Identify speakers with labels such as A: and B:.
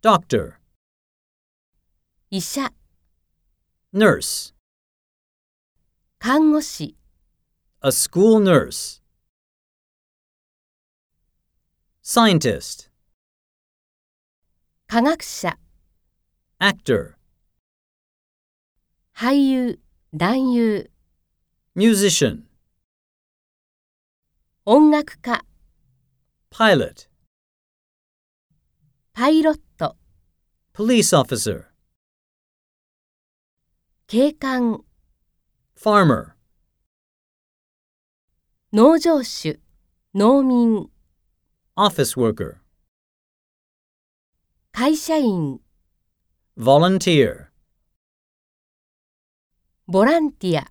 A: doctor,
B: 医者、
A: nurse,
B: 看護師、
A: a school nurse. Scientist,
B: 科学者、
A: actor,
B: 俳優、男優、
A: musician,
B: 音楽家、
A: pilot,
B: パイロット、
A: police officer,
B: 警官、
A: farmer,
B: 農場主、農民、
A: office worker,
B: 会社員、
A: volunteer.
B: ボランティア。